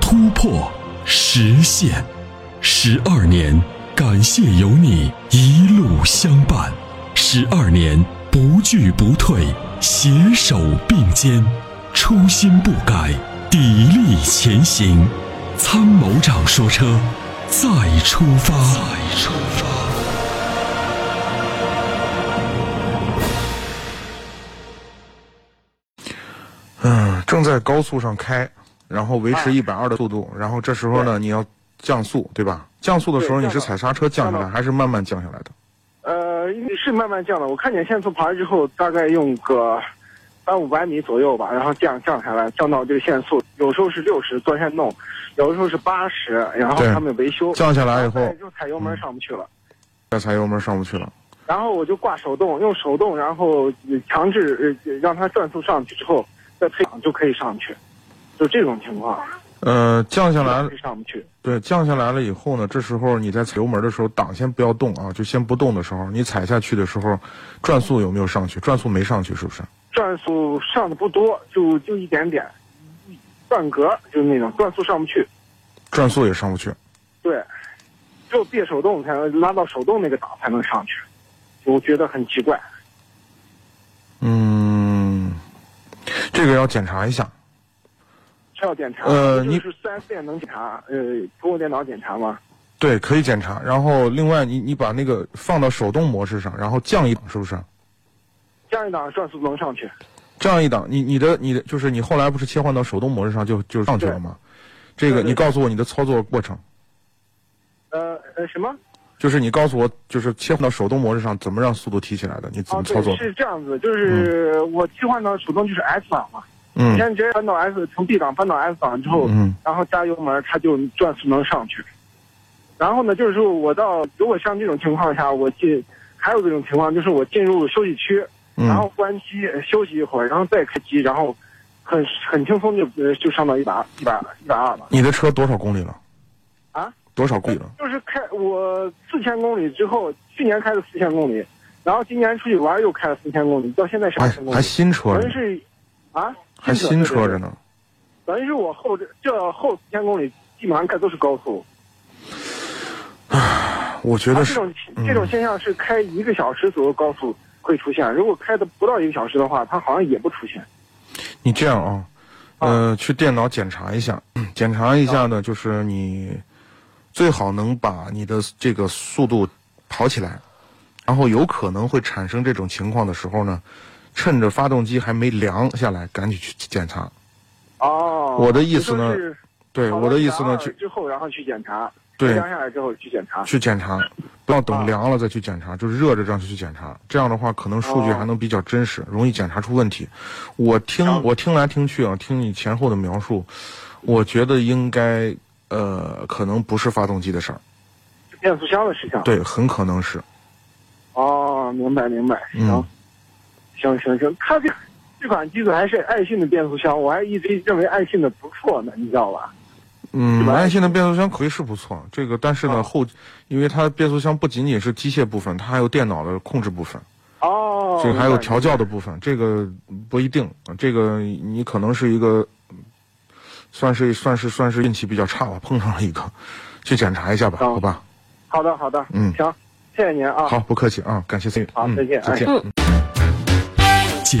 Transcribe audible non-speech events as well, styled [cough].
突破、实现，十二年，感谢有你一路相伴，十二年不惧不退，携手并肩，初心不改，砥砺前行。参谋长说车，再出发。再出发。嗯，正在高速上开，然后维持一百二的速度，然后这时候呢，你要降速，对吧？降速的时候对你是踩刹车降下降来，到还是慢慢降下来的？呃，是慢慢降的。我看见限速牌之后，大概用个三五百米左右吧，然后这样降下来，降到这个限速，有时候是六十钻山洞，有的时候是八十，然后对他们维修降下来以后然就踩油门上不去了。再踩油门上不去了。然后我就挂手动，用手动，然后呃强制呃让它转速上去之后，再推挡就可以上去，就这种情况，呃，降下来，上不去。对，降下来了以后呢，这时候你在踩油门的时候，档先不要动啊，就先不动的时候，你踩下去的时候，转速有没有上去？转速没上去，是不是？转速上的不多，就就一点点，转格就那种转速上不去。转速也上不去。对，只有别手动才能拉到手动那个档才能上去，我觉得很奇怪。嗯，这个要检查一下。需要检查，呃就你是四 S 店能检查，呃，通过电脑检查吗？对，可以检查。然后另外你，你把那个放到手动模式上，然后降一档，是不是？降一档转速能上去，降一档，你你的你的就是你后来不是切换到手动模式上就就上去了吗？这个对对你告诉我你的操作过程，呃呃什么？就是你告诉我就是切换到手动模式上怎么让速度提起来的，你怎哦，么嗯操作对，的？是这样子，就是我切换到手动就是 S 档嘛，嗯先直接翻到 S，从 D 档翻到 S 档之后，嗯然后加油门，它就转速能上去。然后呢，就是说我到如果像这种情况下，我进还有这种情况就是我进入休息区，然嗯后关机呃休息一会儿，然后再开机，然后很很轻松就呃就上到一百一百一百二了。你的车多少公里了？啊？多少公里了？就是开我四千公里之后，去年开了四千公里，然后今年出去玩又开了四千公里，到现在是还二千公还里，新车等着于呢，是啊还新车着呢，呢。对对对等于是我后这这后四千公里基本上开都是高速。我觉啊，得这是嗯种这种现象是开一个小时左右高速会出现，如果开的不到一个小时的话，它好像也不出现。你这样啊，啊呃，去电脑检查一下， [clears throat] 检查一下呢，就是你最好能把你的这个速度跑起来，然后有可能会产生这种情况的时候呢，趁着发动机还没凉下来，赶紧去检查。哦，我的意思呢也就是对，我的意思呢，去去之后然后去检查，对量下来之后去检查。去检查，不要等啊凉了再去检查，就是热着让去检查。这样的话，可能数据哦还能比较真实，容易检查出问题。我听我听来听去啊，听你前后的描述，我觉得应该呃，可能不是发动机的事儿，是变速箱的事情。，对，很可能是。哦，明白明白，行，嗯行行行，它这这款机子还是爱信的变速箱，我还一直认为爱信的不错呢，你知道吧？嗯，是吧爱信的变速箱可以是不错，这个但是呢，啊后因为它变速箱不仅仅是机械部分，它还有电脑的控制部分。哦，这个还有明白调教的部分，这个不一定，这个你可能是一个，算是算是算是运气比较差吧，碰上了一个，去检查一下吧，好好吧？好的好的，嗯行，谢谢您啊，好，不客气啊，感谢参与，好嗯再见哎再见。解